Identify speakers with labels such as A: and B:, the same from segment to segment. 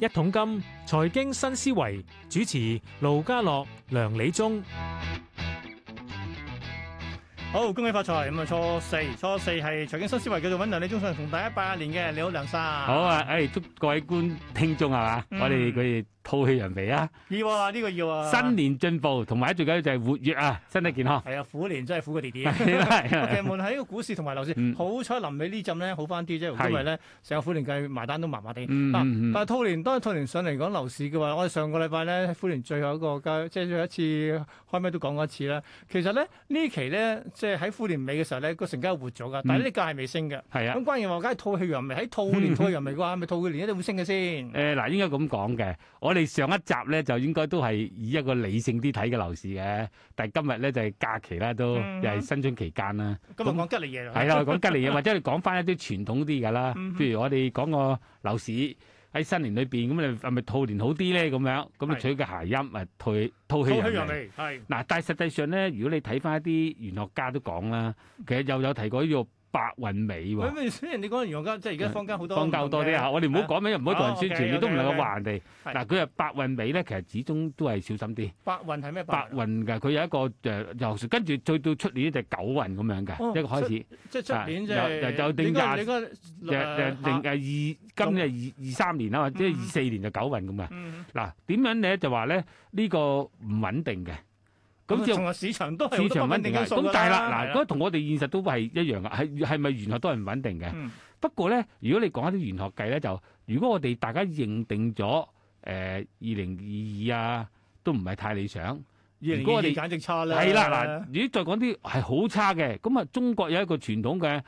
A: 一桶金財經新思維主持盧家樂、梁理中。
B: 好，恭喜發財！咁啊，初四，初四係財經新思維，繼續揾梁理中上同大家拜下年嘅。你好，梁生。
C: 好啊！誒，祝各位觀聽眾係嘛，
B: 嗯
C: 我哋佢哋吐氣揚眉啊！
B: 要啊，呢個要啊。
C: 新年進步，同埋最緊要就係活躍啊，身體 健康。
B: 係啊，虎年真係苦過弟弟。 其實
C: 係
B: 無論喺個股市同埋樓市，
C: 嗯
B: 好彩臨尾呢陣咧好翻啲啫，
C: 係
B: 因為咧成個虎年計埋單都麻麻地。
C: 嗯
B: 嗱
C: 嗯嗯
B: 但係兔年當兔年上嚟講樓市嘅話，我哋上個禮拜咧虎年最後一個交，即係最後一次開咪都講過一次啦。其實咧呢期咧即係喺虎年尾嘅時候咧個成交活咗㗎，
C: 嗯
B: 但係呢啲價係未升嘅。
C: 係啊
B: 咁。關鍵話梗係吐氣揚眉，喺兔年吐氣揚眉嘅話，係咪兔年一定會升嘅先？
C: 誒嗱，應該咁講嘅。我哋上一集咧就應該都係以一個理性啲睇嘅樓市嘅，但係今日咧就係假期啦，都
B: 嗯
C: 又係新春期間啦。
B: 今日講吉利嘢啦。
C: 係啦，講吉利嘢，或者你講翻一啲傳統啲㗎啦
B: 嗯，哼
C: 譬如我哋講個樓市喺新年裏邊，咁你係咪兔年好啲咧？咁樣咁
B: 係
C: 你取個諧音，咪吐氣吐
B: 吐
C: 氣
B: 氣
C: 揚
B: 揚
C: 眉。
B: 眉係
C: 嗱，但係實際上咧，如果你睇翻一啲玄學家都講啦，其實又有提過呢個白雲美
B: 喂
C: 喎，
B: 咪先？你講完家即係而家坊間好多
C: 方教多啲啊！我哋唔好講咩，唔好同人宣
B: 哦，OK，OK，
C: 傳，亦都唔能夠話人哋。
B: 係
C: 嗱，佢係白雲美咧，其實始終都係小心啲。
B: 白雲係咩白
C: 白
B: 雲？
C: 雲嘅，佢有一個誒遊船，跟住再到出年就九雲咁樣
B: 哦
C: 嘅，一個開始。
B: 即係出年即係
C: 啊有有有定
B: 你嗰
C: 價
B: 你嗰
C: 誒誒零誒
B: 誒
C: 二，今年二二三年啦，或者
B: 嗯
C: 二四年就九雲咁嘅。
B: 嗯，
C: 嗱，點樣咧就話咧呢個唔穩定嘅，咁就
B: 同。埋市場都係
C: 市場穩定
B: 嘅
C: 嘅，咁但係啦，嗱，嗰同我哋現實都係一樣嘅，係係咪玄學都係唔穩定嘅？
B: 嗯
C: 不過咧，如果你講一啲玄學計咧，就如果我哋大家認定咗誒二零二二啊，都唔係太理想。
B: 二
C: 如
B: 零
C: 果
B: 二
C: 我
B: 二
C: 哋
B: 簡直差啦，
C: 係啦，嗱，如果再講啲係好差嘅，咁啊，中國有一個傳統嘅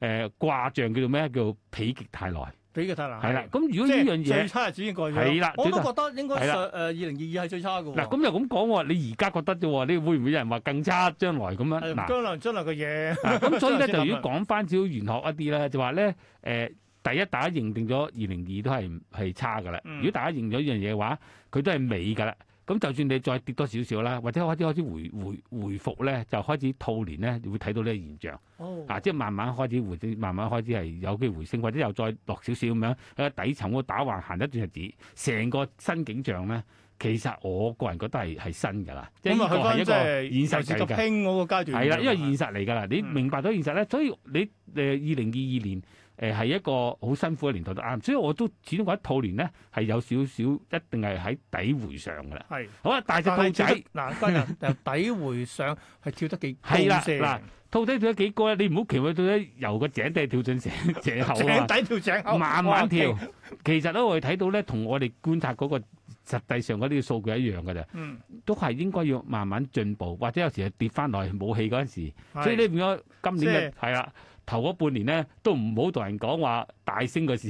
C: 誒、卦象叫做咩？叫做否極泰來。
B: 俾佢睇啦，
C: 係啦，咁如
B: 即
C: 果呢
B: 係
C: 樣
B: 最
C: 嘢
B: 差日子已經過咗，
C: 係啦
B: 我都
C: 最
B: 覺得應該
C: 係啦
B: 上誒二零二二係最差嘅喎。
C: 嗱，咁又咁講喎，你而家覺得啫喎，你會唔會有人話更差將來咁樣？
B: 係
C: 嗱。
B: 將來將來嘅嘢，
C: 啊咁所以咧，
B: 真係先
C: 就
B: 諗
C: 如
B: 啊
C: 果講翻少少玄學一啲咧，就話咧，誒、第一大家認定咗二零二都係係差噶啦。
B: 嗯
C: 如果大家認咗一樣嘢嘅話，佢都係尾噶啦。咁就算你再跌多少少啦，或者開始開始回回回復咧，就開始兔年咧，會睇到呢個現象
B: 哦
C: 啊，即係慢慢開始回升，慢慢開始係有機會回升，或者又再落少少咁樣喺個底層嗰度打橫行一段日子，成個新景象咧，其實我個人覺得係係新噶啦，即係
B: 咁
C: 呢
B: 啊，
C: 個
B: 去
C: 係
B: 翻
C: 一
B: 即係
C: 個
B: 尤
C: 現
B: 其
C: 實
B: 咁
C: 嚟嘅。
B: 興嗰個階段，啊
C: 係啦，因為現實嚟㗎啦，你
B: 嗯
C: 明白到現實咧，所以你誒二零二二年誒係一個好辛苦嘅年代都啱，所以我都始終覺得兔年咧係有少少一定係喺底回上㗎啦。
B: 係。
C: 好啦，啊大隻
B: 但
C: 兔
B: 係
C: 仔，
B: 嗱，今日由底回上係跳得幾
C: 係啦
B: 高先
C: 嗱兔仔跳咗幾高啊咧？你唔好期望到咧由個井底跳進井 井口
B: 井
C: 啊！
B: 底跳啊井口，
C: 慢慢跳，其實咧我哋睇到咧，同我哋觀察嗰個實際上嗰啲數據一樣㗎咋，
B: 嗯，
C: 都係應該要慢慢進步，或者有時係跌翻落去冇氣嗰陣時。所
B: 係
C: 以呢變咗今年嘅係啦，頭嗰半年咧都唔好同人講話大升個市，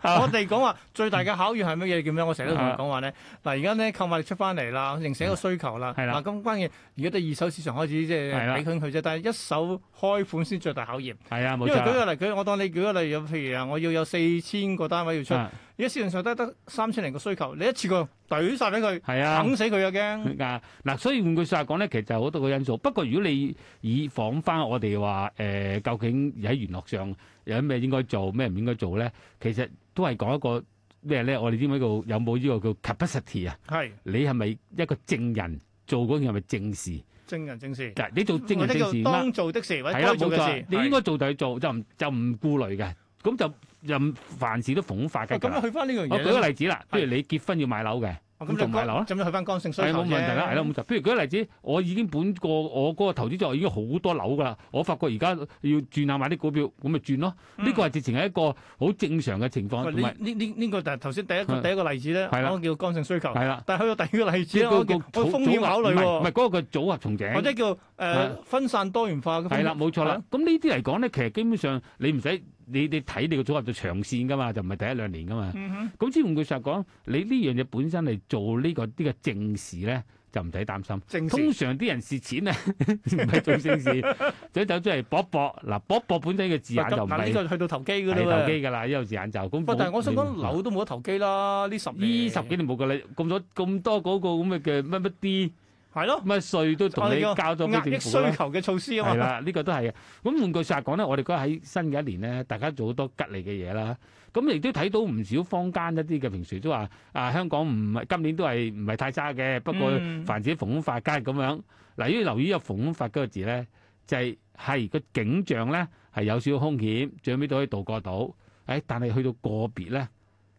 C: 啊
B: 我哋講話最大嘅考驗係乜嘢？叫咩？我成日都同人講話咧，嗱而家咧購買力出翻嚟啦，形成一個需求啦。
C: 係啦
B: 嗱咁關鍵而家都二手市場開始即
C: 係
B: 係
C: 啦
B: 俾緊佢啫，但係一手開盤先最大考驗。
C: 係啊，
B: 因
C: 冇
B: 為舉
C: 錯
B: 個
C: 啦。
B: 例，舉我當你舉個例，有譬如啊，我要有四千個單位要出，
C: 啊
B: 而家市場上得得三千零個需求，你一次過懟晒俾佢，
C: 係啊，
B: 等死佢啊驚。
C: 啊嗱，所以換句説話講咧，其實就好多個因素。不過如果你以仿翻我哋話誒，究竟喺娛樂上有咩應該做，咩唔應該做咧，其實都係講一個咩咧？我哋英文叫有冇呢個叫 capacity 啊？
B: 係
C: 你係咪一個正人做嗰件係咪正事？
B: 正人正事，
C: 嗱，你做正
B: 或者
C: 人正
B: 叫
C: 事啱
B: 當做的事或者
C: 係啦，
B: 該做
C: 冇
B: 嘅
C: 錯
B: 事。，
C: 你
B: 係
C: 應該做就去做，就唔就唔顧慮嘅，咁就任凡事都逢法嘅
B: 哦。咁啊去翻呢樣
C: 我
B: 嘢
C: 舉個
B: 咧，
C: 例子啦，譬如你結婚要買樓嘅，
B: 哦
C: 咁就買樓啦
B: 咁你去翻剛性需求
C: 係冇問題啦，係啦，
B: 啫
C: 冇錯。譬如舉個例子，我已經本過我嗰個投資組合已經好多樓噶啦，我發覺而家要轉下買啲股票，咁咪轉咯。呢個係直情係一個好正常嘅情況，
B: 喂
C: 同埋
B: 嗯哦呢呢呢呢個就係頭先第一個
C: 係
B: 第一個例子咧，
C: 係啦
B: 我叫剛性需求。
C: 係啦。
B: 但係去到第二個例子
C: 即
B: 咧，
C: 係
B: 我
C: 嗰
B: 叫
C: 個
B: 我風險考慮
C: 唔係唔係
B: 喎，
C: 嗰個叫組合重整
B: 或。者叫誒
C: 係
B: 分散多元化嘅風險。啊
C: 係啦，冇錯
B: 係
C: 啦。咁呢啲嚟講咧，其實基本上你唔使你你睇你個組合就長線噶嘛，就唔係第一兩年噶嘛。
B: 嗯哼，
C: 咁之換句實講，你呢樣嘢本身嚟做呢、個呢、個正事咧，就唔使擔心。
B: 正
C: 通
B: 事
C: 常啲人蝕錢咧， 唔係做正事， 想走出嚟搏一搏。嗱，搏一搏本身嘅字眼就唔
B: 嗱呢
C: 係
B: 個去到投機㗎
C: 係
B: 啦
C: 投
B: 喎。
C: 機㗎啦，呢個字眼就咁
B: 喂
C: 冇。
B: 但係我想講
C: 你
B: 樓都冇得投機啦，呢十
C: 呢
B: 年
C: 十幾年冇㗎啦，咁多咁多嗰個咁嘅嘅乜乜啲
B: 係咯，
C: 乜税都同你
B: 我哋叫
C: 交咗
B: 壓
C: 俾
B: 抑
C: 政
B: 需
C: 府啦。
B: 求嘅措施啊
C: 係
B: 嘛，
C: 啦，呢、個都係嘅。咁換句説話講咧，我哋覺得喺新嘅一年咧，大家做好多吉利嘅嘢啦。咁亦都睇到唔少坊間一啲嘅平時都話啊，香港唔係今年都係唔係太差嘅，不過
B: 嗯
C: 凡自己逢凶化吉咁樣。嗱，要留意有逢凶化吉個字咧，就係係個景象咧係有少少兇險，最尾都可以度過到。誒、但係去到個別咧，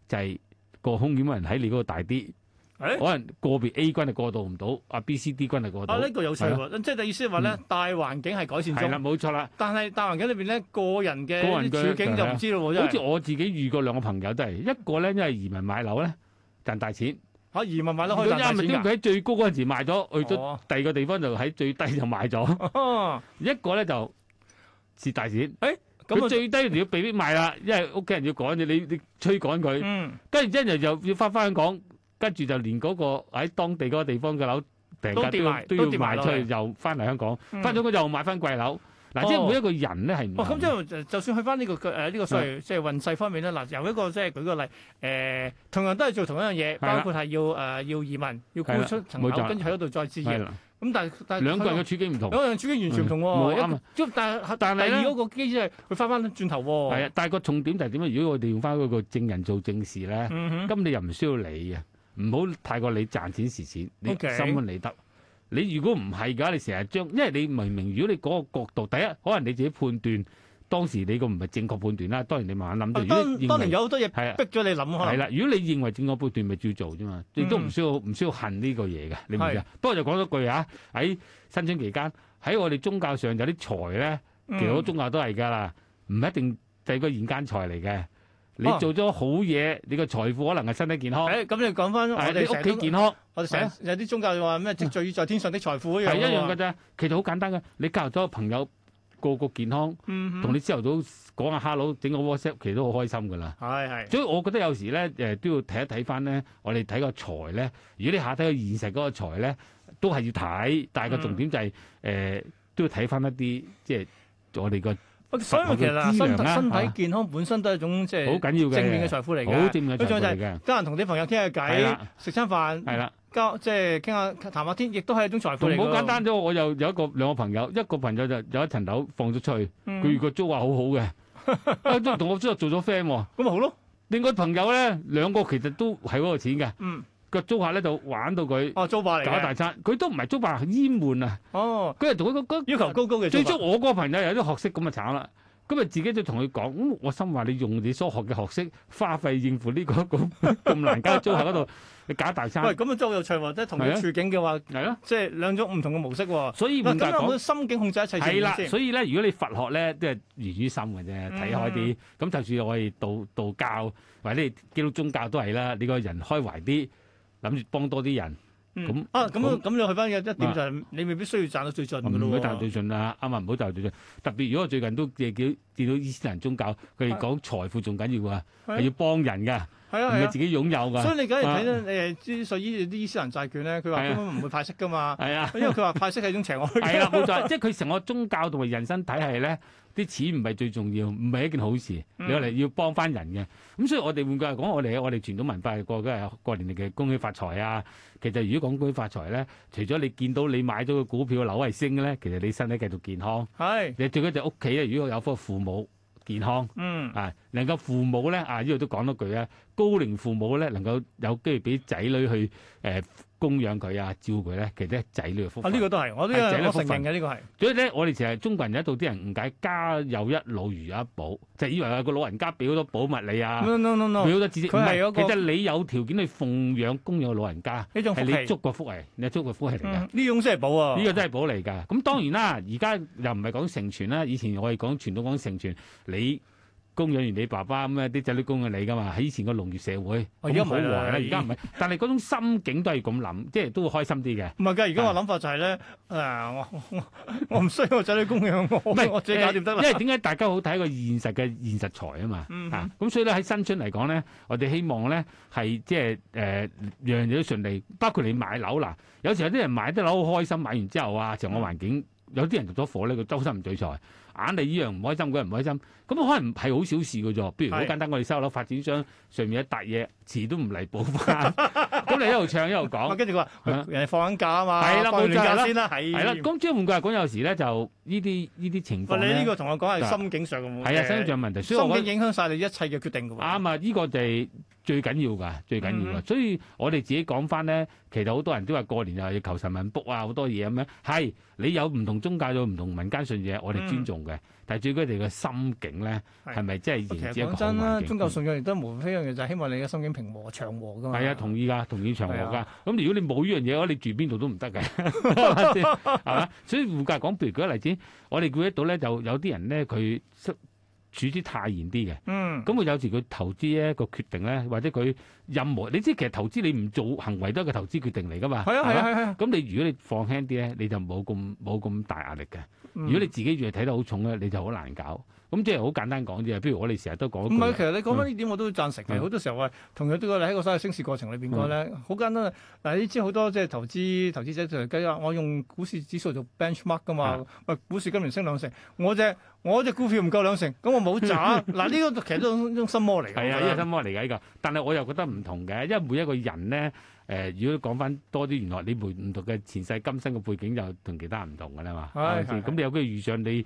C: 就係、個兇險可能喺你嗰度大啲，
B: 誒
C: 可能個別 A 君係過渡唔到，啊 B、C、D 君係過到
B: 啊，呢個有趣喎，即係你意思話咧，大環境係改善
C: 係啦，
B: 中，
C: 冇錯啦。
B: 但係大環境裏邊咧，個人嘅
C: 個人嘅啊
B: 處境就唔知道喎，真
C: 好似
B: 係
C: 我自己遇過兩個朋友都係，一個咧因為移民買樓咧賺大錢，
B: 嚇移民買得開
C: 佢
B: 賺大
C: 因為
B: 錢
C: 佢
B: 㗎
C: 喺最高嗰陣時賣咗，去咗
B: 哦
C: 第二個地方就喺最低就賣咗，
B: 啊
C: 一個咧就蝕大錢。
B: 咁
C: 佢
B: 啊，
C: 最低就要被逼賣啦，因為屋企人要趕你，你你催趕佢，
B: 嗯，
C: 跟住之後又要翻翻香港，跟住就連嗰個喺當地嗰個地方嘅樓平價都
B: 跌
C: 要
B: 埋
C: 都要
B: 都跌埋
C: 賣
B: 落
C: 出去，
B: 嚟
C: 又翻嚟香港，
B: 嗯
C: 翻咗佢又買翻貴樓。嗱，即係
B: 哦
C: 每一個人咧係唔
B: 哦，咁
C: 同
B: 即係就就算去翻呢個嘅誒呢個所謂即係運勢方面咧，嗱，由一個即係舉個例，誒同樣都係做同一樣嘢，
C: 係啦
B: 包括係要誒要移民，要
C: 係
B: 沽
C: 啦
B: 出層
C: 冇錯
B: 樓，跟住喺嗰度再置
C: 係
B: 業。
C: 啦，
B: 咁但係但係
C: 兩個人嘅處境唔同
B: 兩。個人處境完全唔同
C: 嗯冇啱
B: 喎
C: 啊，
B: 一但係
C: 但
B: 但
C: 係
B: 係
C: 咧
B: 第二嗰個機制係佢翻翻轉頭喎。
C: 係啊，但係個重點就係點咧？如果我哋用翻嗰個正人做正事咧，
B: 嗯哼，
C: 咁你又唔需要理嘅，唔好太過你賺錢時錢，你
B: OK
C: 心安理得。你如果唔係㗎，你成日將，因為你明明如果你嗰個角度，第一可能你自己判斷當時你個唔係正確判斷啦，當然你慢慢諗到。如果你
B: 啊當當年
C: 認為
B: 有好多嘢
C: 係啊。
B: 逼咗你諗可
C: 係
B: 能。
C: 啦，如果你認為正確判斷，咪照做啫嘛，亦都唔
B: 嗯
C: 需要唔需要恨呢個嘢嘅，你明唔明啊？不過就講多句啊，喺新春期間，喺我哋宗教上有啲財咧。
B: 嗯
C: 其實好多宗教都係㗎啦，唔一定係個現間財嚟嘅。你
B: 哦
C: 做咗好嘢，你個財富可能係身體健康，
B: 誒，咁你講翻我哋成
C: 係你
B: 日
C: 屋企
B: 都
C: 健康
B: 我哋成
C: 係
B: 日有啲宗教話咩積聚於在天上的財富一樣
C: 係一樣
B: 嘅
C: 㗎
B: 喎。
C: 咋。其實好簡單㗎，你交咗朋友個個健康，
B: 嗯
C: 同
B: 哼，
C: 你朝頭早講下 hello，整個 WhatsApp，其實都好開心㗎啦。
B: 係係。
C: 所以我覺得有時咧，誒、都要睇一睇翻咧，我哋睇個財咧。如果你下睇個現實嗰個財咧，都係要睇，但係個重
B: 嗯
C: 點就係、誒、都要睇翻一啲即係我哋個
B: 所以其實啦
C: 佛學
B: 身
C: 嘅滋養啦
B: 身
C: 嚇
B: 體健康本身都係一種即
C: 好
B: 係
C: 緊要嘅，
B: 正面嘅財富嚟
C: 好
B: 嘅。
C: 正面嘅
B: 佢仲
C: 財
B: 就
C: 富
B: 係
C: 嚟嘅，
B: 得閒同啲朋友傾下
C: 係
B: 偈
C: 啦，
B: 食餐
C: 係
B: 飯，
C: 啦。
B: 交即係傾下談下天，亦都係一種財富
C: 仲
B: 嚟㗎。
C: 好簡單啫，我又有一個兩個朋友，一個朋友就有一層樓放咗出去，
B: 嗯，
C: 佢個租話好好 嘅，啊都同我之後做咗 friend 喎。
B: 咁咪好咯。
C: 另外朋友咧兩個其實都係嗰個錢嘅，
B: 嗯，
C: 個租客咧就玩到佢
B: 哦，租霸嚟
C: 搞
B: 嘅
C: 大。餐，佢都唔係租客，係淹悶啊！
B: 哦，
C: 佢係同佢個
B: 要求高高嘅
C: 最
B: 租
C: 終
B: 霸。
C: 我嗰個朋友有啲學識咁啊慘啦。咁啊，自己就同佢講，咁我心話你用你所學嘅學識，花費應付呢、個咁咁難搞嘅租客嗰度，你搞大餐
B: 喂，咁啊真係好有趣喎！即係同
C: 係啊
B: 樣處境嘅話，
C: 係咯。
B: 即係兩種唔同嘅模式喎。
C: 所以換
B: 嗱，咁
C: 句話
B: 有
C: 講
B: 冇心境控制一切
C: 係啦，
B: 先？嗯
C: 所以咧，如果你佛學咧，都係源於心嘅啫，睇開啲。咁、就算我哋道道教或者你基督宗教都係啦，你個人開懷啲，諗住幫多啲人，
B: 嗯
C: 咁
B: 啊，咁
C: 咁啊
B: 咁你去翻嘅一點就係你未必需要賺到最盡㗎
C: 唔
B: 咯
C: 好大對
B: 喎。
C: 盡啦，啱啊，唔好大對盡。特別如果我最近都見見到伊斯蘭宗教，佢哋講財富仲緊要啊，係要幫人
B: 係
C: 㗎，唔
B: 啊係
C: 係
B: 啊，
C: 自己擁有
B: 所
C: 㗎。
B: 以你梗係睇咧誒，之所以啲伊斯蘭債券咧，佢話
C: 啊係啊
B: 根本唔會派息㗎嘛，
C: 係啊，
B: 因為佢話派息係一種邪 惡。
C: 係啊啦，冇錯，即係佢成個宗教同埋人生體系咧，啲錢唔係最重要，唔係一件好事，
B: 嗯
C: 你嚟要幫翻人嘅。咁所以我哋換句話講，我哋我哋傳統文化係過嘅過年嘅恭喜發財啊。其實如果講恭喜發財咧，除咗你見到你買咗個股票樓係升咧，其實你身體繼續健康。
B: 係，
C: 你最緊就屋企咧，如果有個父母健康
B: 嗯，
C: 啊，能夠父母咧啊，呢度都講多句啊，高齡父母咧能夠有機會俾仔女去誒、呃供養佢啊，照顧佢咧，其實咧仔女嘅福
B: 啊
C: 分。
B: 呢個都係，我都
C: 係仔女
B: 我
C: 福
B: 承
C: 分
B: 認嘅呢個係。
C: 所以咧，我哋成日中國人有一度啲人誤解家有一老如有一寶，就以為有個老人家俾好多寶物你啊，
B: No no no
C: 俾
B: no，
C: 好多知識。
B: 嗯哦佢係
C: 唔
B: 嗰個
C: 其實你有條件去奉養供養老人家，
B: 呢種福
C: 係你
B: 氣
C: 祝。個福嚟，你係祝個福氣嚟嘅。
B: 嗯呢種先係寶啊！
C: 呢個真係寶嚟㗎。咁當然啦，而家又唔係講成全啦。以前我哋講傳統講成全，你供養完你爸爸咁啊，啲仔女供養你㗎嘛。喺以前個農業社會，
B: 哦我而家
C: 咁
B: 唔
C: 好
B: 係
C: 和
B: 啦
C: 啦，而家唔係。但係嗰種心境都係咁諗，即係都會開心啲嘅。
B: 唔係㗎，而家我
C: 啊
B: 諗法就係咧，誒，我我我唔需要我仔女供養我，哦我自己搞掂得啦。
C: 因為點解大家好睇個現實嘅現實財啊嘛，
B: 嗯
C: 啊咁所以咧喺新春嚟講咧，我哋希望咧係即係誒樣樣都順利，包括你買樓嗱，有時有啲人買啲樓好開心，買完之後啊，成個環境有啲人入咗火咧，佢周身唔聚財，眼你依樣唔開心，嗰樣唔開心，咁可能係好小事嘅啫。譬如好
B: 係
C: 簡單，我哋收樓發展商上面一笪嘢遲都唔嚟補翻。咁你一路唱一路
B: 咁啊
C: 講，
B: 跟住佢話
C: 係啊
B: 人哋放緊假啊嘛，
C: 係啦
B: 放完
C: 冇錯係
B: 假
C: 啦
B: 先啦，係
C: 係啦。咁即係換句話講，有時咧就呢啲呢啲情況
B: 喂，你呢
C: 咧，
B: 個同我講係心境上嘅問題，
C: 係啊，生長問題。所以我
B: 心
C: 覺得
B: 境影響晒你一切嘅決定嘅喎。
C: 啱啊！呢、個就係最緊要㗎，最緊要㗎。
B: 嗯
C: 所以我哋自己講翻咧，其實好多人都話過年又要求神問卜啊，好多嘢咁樣。係你有唔同宗教有唔同民間信仰，我哋尊重嘅。但係最緊要你嘅心境咧，
B: 嗯係
C: 係咪真係
B: 其
C: 迎
B: 實
C: 接一個
B: 講
C: 好
B: 真啦，
C: 環境？
B: 宗教信仰亦都啊無非一樣嘢，就係希望你嘅心境平和、祥和噶嘛。
C: 係啊，同意㗎，同意長和
B: 係
C: 㗎
B: 啊。
C: 咁如果你冇呢樣嘢嘅話，你住邊度都 唔得嘅，係咪先係嘛？所以換格講，譬如舉個例子，我哋估得到咧，就有啲人咧，佢處之泰然啲嘅。
B: 嗯，
C: 咁佢有時佢投資咧個決定咧，或者佢任何你知其實投資你唔做行為都係個投資決定嚟噶嘛。
B: 係啊，係
C: 係
B: 啊，
C: 嘛
B: 係啊。
C: 咁你如果你放輕啲咧，你就冇咁冇咁大壓力嘅。
B: 如
C: 如果你自己越睇得好重咧，你就好難搞。咁即係好簡單講啫。譬如我哋成日都講
B: 唔係，
C: 一
B: 其
C: 句，
B: 實你講翻呢點我都贊成嘅。
C: 嗯
B: 好多時候喂，同樣都喺個所謂升市過程裏邊講咧，好簡單啊。嗱，你知好多即係投資投資者就計啊，我用股市指數做 benchmark 噶嘛
C: 啊。
B: 喂，股市今年升兩成，我只我只股票唔夠兩成，咁我冇賺。嗱，呢個其實都係一種心魔嚟嘅。
C: 係啊，
B: 我覺
C: 呢個
B: 得
C: 心魔嚟嘅呢個。但係我又覺得唔同嘅，因為每一個人咧，誒、如果講翻多啲，原來你唔同嘅前世今生嘅背景就同其他人唔同㗎啦嘛。
B: 係
C: 係咪先
B: 係
C: 咁你有機會遇上你誒、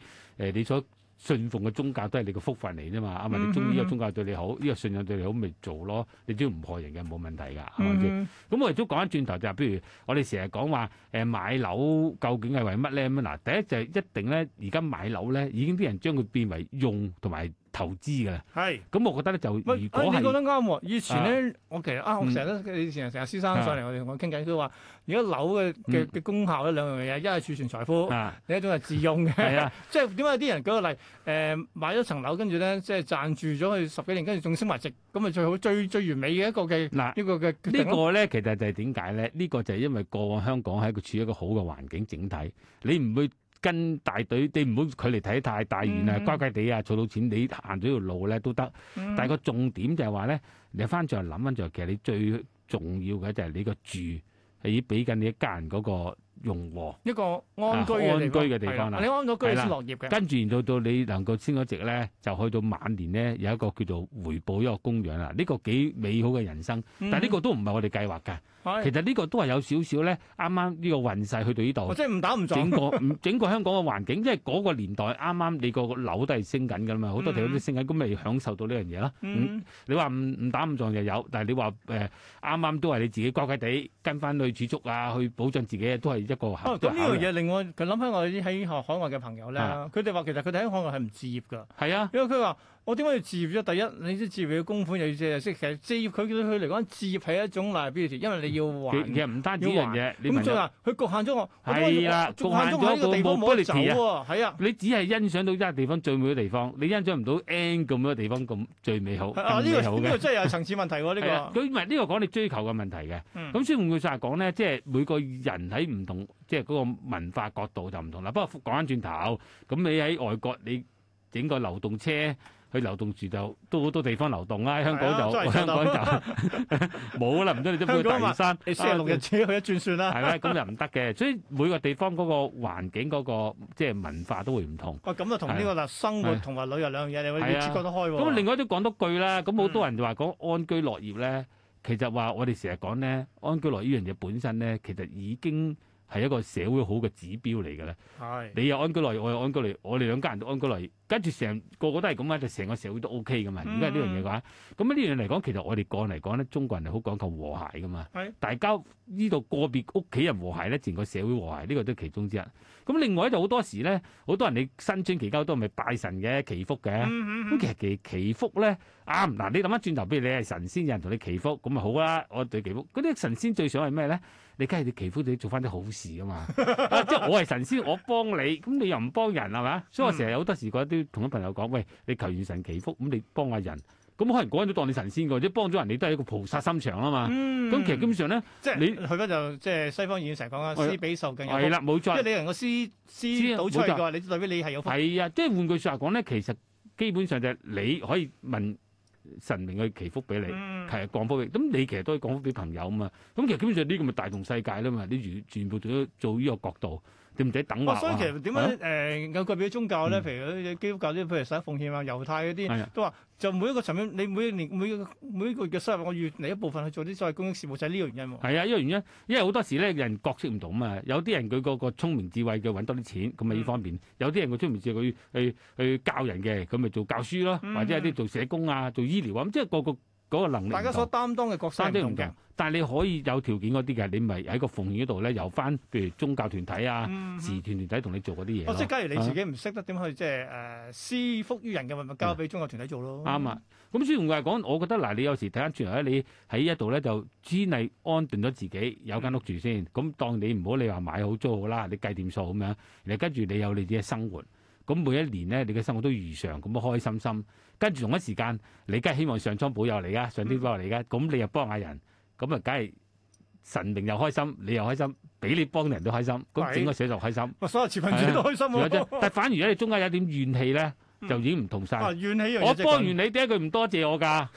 C: 你所信奉嘅宗教都係你嘅福分嚟啫嘛。啱嘛？你中意
B: 嗯嗯嗯
C: 呢個宗教對你好，呢、個信仰對你好，咪做咯。你只要唔害人嘅冇問題㗎，係咪先？
B: 嗯
C: 咁我哋都講翻轉頭就係，譬如我哋成日講話誒買樓究竟係為乜咧？咁樣嗱，第一就係一定咧，而家買樓咧已經啲人將佢變為用同埋投資㗎啦。
B: 係。
C: 咁我覺得咧就如果
B: 喂，啊你講
C: 係嗯
B: 得啱喎！以前咧，我其實啊，我成日都以前成日先生上嚟我哋同我傾偈，佢話而家樓嘅嘅
C: 啊嗯
B: 嘅功效咧兩樣嘢，一係儲存財富，
C: 啊，
B: 另一種係自用
C: 係
B: 嘅。
C: 啊，
B: 即係點解有啲人舉個例，誒、呃買咗層樓，跟住咧即係賺住咗佢十幾年，跟住仲升埋值，咁咪最好最最完美嘅一個嘅
C: 嗱。
B: 呢個嘅決
C: 呢
B: 定咯。
C: 個咧其實就係點解咧？呢、個就係因為過往香港係一個處於一個好嘅環境整體，你唔會跟大隊，你唔好距離睇太大遠啊，
B: 嗯
C: 乖乖地啊，儲到錢你行咗條路咧都得。
B: 嗯
C: 但係個重點就係話咧，你翻轉頭諗翻就其實你最重要嘅就係你個住係俾緊你一家人嗰個用和，
B: 一個安居
C: 啊
B: 嘅
C: 安居嘅地
B: 係
C: 方啦
B: 你安咗居你
C: 係啦
B: 先落業嘅。
C: 跟住然到到你能夠升咗值咧，就去到晚年咧有一個叫做回報一個供養啦。啊呢、個幾美好嘅人生，
B: 嗯
C: 但係呢個都唔係我哋計劃㗎。
B: 個
C: 其實呢個都係有少少咧，啱啱呢個運勢去到呢
B: 我
C: 度。
B: 真哦係唔打唔撞
C: 整。個唔整個香港嘅環境，即係嗰個年代啱啱你個樓都係升緊㗎嘛，好多地方都升緊，咁咪享受到呢樣嘢啦。嗯
B: 嗯
C: 你話唔唔打唔撞就有，但係你話誒啱啱都係你自己乖乖地跟翻去儲蓄啊，去保障自己，都係一個
B: 哦，
C: 考。都
B: 咁
C: 係
B: 呢
C: 考
B: 樣
C: 量
B: 嘢令我佢諗起我啲喺海海外嘅朋友咧，
C: 啊
B: 佢哋話其實佢哋喺海外係唔置業㗎，
C: 係啊，
B: 因為佢話我點解要置業啫？第一，你啲置業嘅供款又要借，即係其實置業佢對佢嚟講，置業係一種 liability，因為你要
C: 嗯其其
B: 還。
C: 實唔單止呢樣嘢，你
B: 咁
C: 問
B: 再
C: 人
B: 話佢局限咗我，我都
C: 係啦
B: 我局限咗我喺呢個地方冇得走喎，係啊。
C: 你只係欣賞到一笪地方最美嘅地方，你欣賞唔到 N 咁多地方咁最美好，
B: 啊！
C: 更
B: 呢個
C: 美好
B: 呢個
C: 嘅。
B: 真係有層次問題喎，
C: 係
B: 呢，
C: 啊佢唔係呢個講你追求嘅問題嘅。
B: 個。嗯
C: 咁所以換句話講咧，即係每個人喺唔同即係嗰個文化角度就唔同啦。不過講翻轉頭，咁你喺外國你整個流動車去流動住就都好多地方流動啦。喺香港
B: 係
C: 就、
B: 啊真係
C: 香港
B: 流動
C: 就冇啦，唔通你都搬去大嶼山？
B: 你星期六日自己去一轉算啦。
C: 係啊啦，咁就唔得嘅。所以每個地方嗰個環境嗰、個即係文化都會唔同。
B: 哇！咁就同呢個啦，生活同埋旅遊兩樣嘢，你會
C: 啊係啊
B: 切割得開喎。
C: 咁另外都講多句
B: 嗯
C: 啦，咁好多人就話講安居樂業咧，其實話我哋成日講咧，安居樂業呢樣嘢本身咧，其實已經係一個社會好嘅指標嚟嘅
B: 嗯
C: 啦。
B: 係
C: 你有安居樂業，我有安居樂業，我哋兩家人都安居樂業，跟住成個個都係咁啊，就成個社會都 O K 噶嘛。
B: 嗯
C: 如果係呢樣嘢嘅話，咁呢樣嚟講，其實我哋個人嚟講咧，中國人係好講求和諧噶嘛
B: 係。
C: 大家呢度個別屋企人和諧咧，自然個社會和諧，呢、個都係其中之一。咁另外咧就好多時咧，好多人你新春期間都係咪拜神嘅祈福嘅。
B: 嗯嗯
C: 啊咁其實祈祈福咧啱嗱，你諗翻轉頭，譬如你係神仙，有人同你祈福，咁咪好啦。我對祈福，嗰啲神仙最想係咩咧？你梗係你祈福，你做翻啲好 事噶嘛。啊即係我係神仙，我幫你，咁你又唔幫人係咪？所以我成日有好多時覺得都同啲朋友講，喂，你求完神祈福，咁你幫下人，咁可能嗰個人都當你神仙㗎，即係幫咗人，你都係一個菩薩心腸啊嘛。
B: 嗯
C: 咁、其實基本上咧，
B: 即係
C: 你
B: 去翻就即係西方演成日講啊，
C: 係
B: 施比受更有
C: 係
B: 福。
C: 啦，冇
B: 即係
C: 錯，
B: 你能夠施施
C: 施
B: 到出去嘅
C: 冇
B: 話，你代表你係有福。
C: 係啊，即係換句説話講咧，其實基本上就係你可以問神明去祈福俾你。
B: 嗯
C: 係啊，降福嘅。咁你其實都可以降福俾朋友啊嘛。咁其實基本上呢個咪大同世界啦嘛。你全全部做咗做呢個角度，你唔使等話
B: 啊，所以其實點
C: 啊
B: 解誒有個別宗教咧，
C: 嗯
B: 譬如嗰啲基督教啲，譬如十一奉獻啊、猶太嗰
C: 係
B: 啲
C: 啊，
B: 都話就每一個層面，你每一年每一個每一個月嘅收入，我預你一部分去做啲所謂公益事務，就係呢個原因喎。
C: 係啊，因為原因，因為好多時咧人角色唔同啊嘛，有啲人佢個個聰明智慧嘅揾多啲錢，咁咪呢
B: 嗯
C: 方面；有啲人佢聰明智慧佢去去教人嘅，咁咪做教書咯，
B: 嗯
C: 或者有啲做社工啊、做醫療啊，咁即係個個嗰個能力唔
B: 大家
C: 同
B: 所擔當嘅角色
C: 三
B: 係唔
C: 啲唔
B: 同嘅
C: 同。，但係你可以有條件嗰啲嘅，你咪喺個奉獻嗰度咧，由翻譬如宗教團體啊、
B: 嗯
C: 慈善團體同你做嗰啲嘢
B: 哦，即係
C: 咯。
B: 假如你自己唔識得點去即係誒施福於人嘅，咪咪交俾宗教團體做咯。
C: 啱啊！咁雖然話講，我覺得嗱，你有時睇翻轉頭咧，你喺一度咧就先係安頓咗自己有間屋住先。咁當你唔好你話買好租好啦，你計掂數咁樣，然後跟住你有你自己嘅生活。咁每一年咧，你嘅生活都如常咁開心心。跟住同一時間，你梗係希望上蒼保佑你噶，啊上天保佑你噶。咁你又幫下人，咁啊，梗係神明又開心，你又開心，俾你幫人都開心，咁整個社就開心。
B: 哇！所有持份者都開心
C: 仲有啫
B: 喎。
C: 但反而咧，你中間有點怨氣咧，就已經唔同晒。
B: 啊，怨氣一樣嘢
C: 我
B: 就係
C: 幫
B: 咁
C: 完你，點解佢唔多謝 我㗎？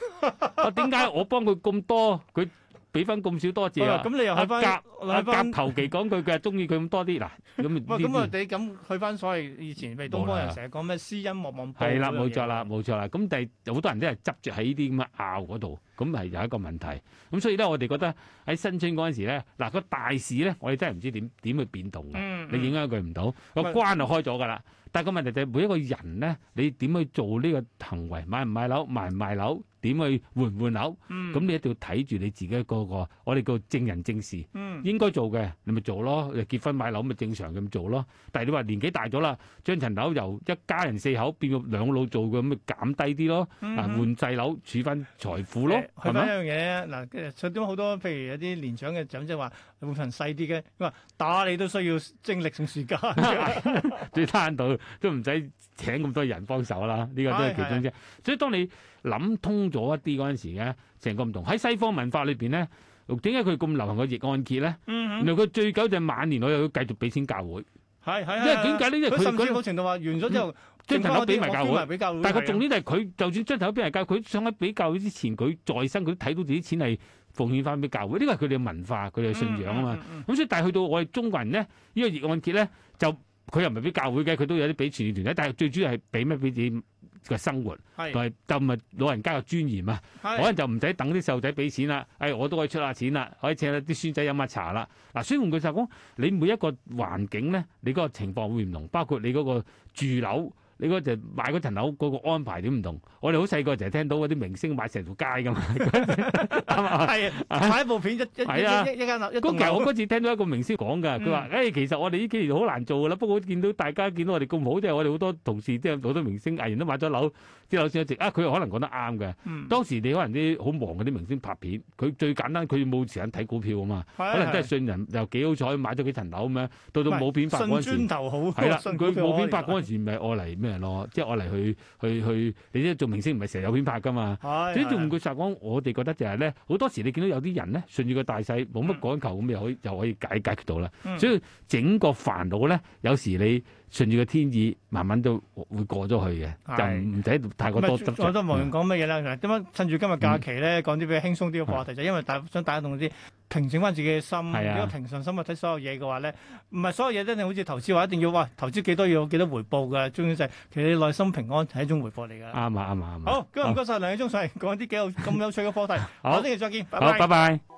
C: 我點解我幫佢咁多，佢俾翻咁少多謝
B: 好啦
C: 啊？
B: 咁你又去翻
C: 阿甲阿
B: 去翻
C: 甲求其講句，佢係中意佢咁多啲嗱，咁呢
B: 喂，咁啊，
C: 啲
B: 你咁去翻所謂以前被東方人成日講咩私恩莫忘報
C: 係啦，
B: 嗰樣嘢
C: 冇錯啦，冇錯啦。咁但係好多人都係執住喺呢啲咁嘅拗嗰度，咁係有一個問題。咁所以咧，我哋覺得喺新春嗰陣時咧，嗱個大市咧，我哋真係唔知點點去變動嘅。
B: 嗯，
C: 你影響佢唔到，個關就開咗㗎啦。但係個問題就係每一個人咧，你點去做呢個行為，買唔買樓，賣唔賣樓，點去換唔換樓？
B: 嗯
C: 咁你一定要睇住你自己嗰個，我哋叫正人正事，
B: 嗯
C: 應該做嘅你咪做咯。結婚買樓咪正常咁做咯。但係你話年紀大咗啦，將層樓由一家人四口變到兩老做嘅，咁咪減低啲咯。
B: 嗯
C: 啊，換細樓儲翻財富咯
B: 誒，去翻
C: 係
B: 一
C: 咪？
B: 樣嘢嗱，其實上點好多，譬如有啲年長嘅長者話會份細啲嘅，佢話打你都需要精力同時間。
C: 最攤到都唔使請咁多人幫手啦，呢個都係其中啫。所以當你諗通咗一啲嗰陣時咧，成個唔同喺西方文化裏邊咧，點解佢咁流行個逆按揭咧？
B: 嗯，
C: 原來佢最久就係晚年我又要繼續俾錢教會。
B: 係係
C: 因為點解呢因為佢
B: 哎佢甚
C: 佢
B: 至某程度話完咗之後，
C: 將層樓俾埋
B: 剩翻嗰啲我
C: 教
B: 捐埋
C: 會，
B: 俾教會。
C: 但係個
B: 係啊
C: 重點就係佢就算將層樓俾人教會，佢想喺俾教會之前，佢再生佢都睇到自己錢係奉獻翻俾教會，呢個係佢哋嘅文化，佢哋嘅信仰啊嘛。咁、，
B: 嗯嗯嗯
C: 所以但係去到我哋中國人咧，呢、個熱按揭咧就佢又唔係俾教會嘅，佢都有啲俾慈善團體，但係最主要係俾咩俾自己嘅生活，
B: 係
C: 同埋就唔係老人家嘅尊嚴啊。可
B: 係
C: 能就唔使等啲細路仔俾錢啦，誒我都可以出下錢啦，可以請下啲孫仔飲下茶啦。嗱，所以換句實講，你每一個環境咧，你嗰個情況會唔同，包括你嗰個住樓，你嗰陣買嗰層樓嗰個安排點唔同。我哋好細個就係聽到嗰啲明星買成條街 噶嘛，啱唔啱
B: 係啊買一部片一一
C: 係啊嗯
B: 一一一間樓一
C: 咁
B: 棟
C: 其實我
B: 樓
C: 嗰次聽到一個明星講㗎，佢話：，誒、哎其實我哋呢幾年好難做㗎啦，不過見到大家見到我哋咁好，即係我哋好多同事，即係好多明星藝人都買咗樓，啲樓先一直啊，佢可能講得啱嘅。
B: 嗯
C: 當時你可能啲好忙嗰啲明星拍片，佢最簡單，佢冇時間睇股票啊嘛，
B: 係啊
C: 可能都係信人又幾好彩買咗幾層樓咁樣，到到冇片發嗰陣
B: 信磚
C: 時，
B: 頭好
C: 係啦，
B: 信
C: 佢
B: 股票
C: 冇
B: 可以
C: 片發
B: 話
C: 嗰陣時咪愛嚟咩咯，即係愛嚟去去去，你知做明星唔係成日有片拍噶嘛。
B: 係
C: 所以
B: 係
C: 用句實講，我哋覺得就係咧，好多時你見到有啲人咧，順住個大勢冇乜講求，咁又可以又可以解解決到啦。
B: 嗯
C: 所以整個煩惱咧，有時你順住個天意，慢慢都會過咗去嘅，
B: 係
C: 就唔使太過
B: 咁
C: 多嗯
B: 啊
C: 執
B: 我都
C: 著。
B: 無論講乜嘢啦，嗱點樣趁住今日假期
C: 嗯
B: 咧，講啲比較輕鬆啲嘅話題，就因為大想大家同啲平靜翻自己嘅心，
C: 係啊
B: 比較平常心去睇所有嘢嘅話咧，唔係所有嘢一定好似投資話一定要哇投資幾多要有幾多回報㗎，重要就係其實你內心平安係一種回報嚟㗎。
C: 啱啊啱啊啱啊！
B: 好，今日唔該晒梁宇忠上嚟講啲幾有咁有趣嘅課題，
C: 好
B: 下星期再見，拜
C: 好，
B: 拜
C: 拜。拜。